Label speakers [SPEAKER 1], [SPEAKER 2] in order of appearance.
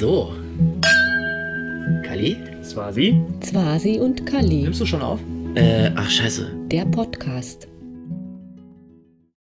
[SPEAKER 1] So. Kali?
[SPEAKER 2] Das war sie.
[SPEAKER 3] Zwasi und Kali,
[SPEAKER 2] Nimmst du schon auf?
[SPEAKER 1] Äh, ach scheiße.
[SPEAKER 3] der Podcast.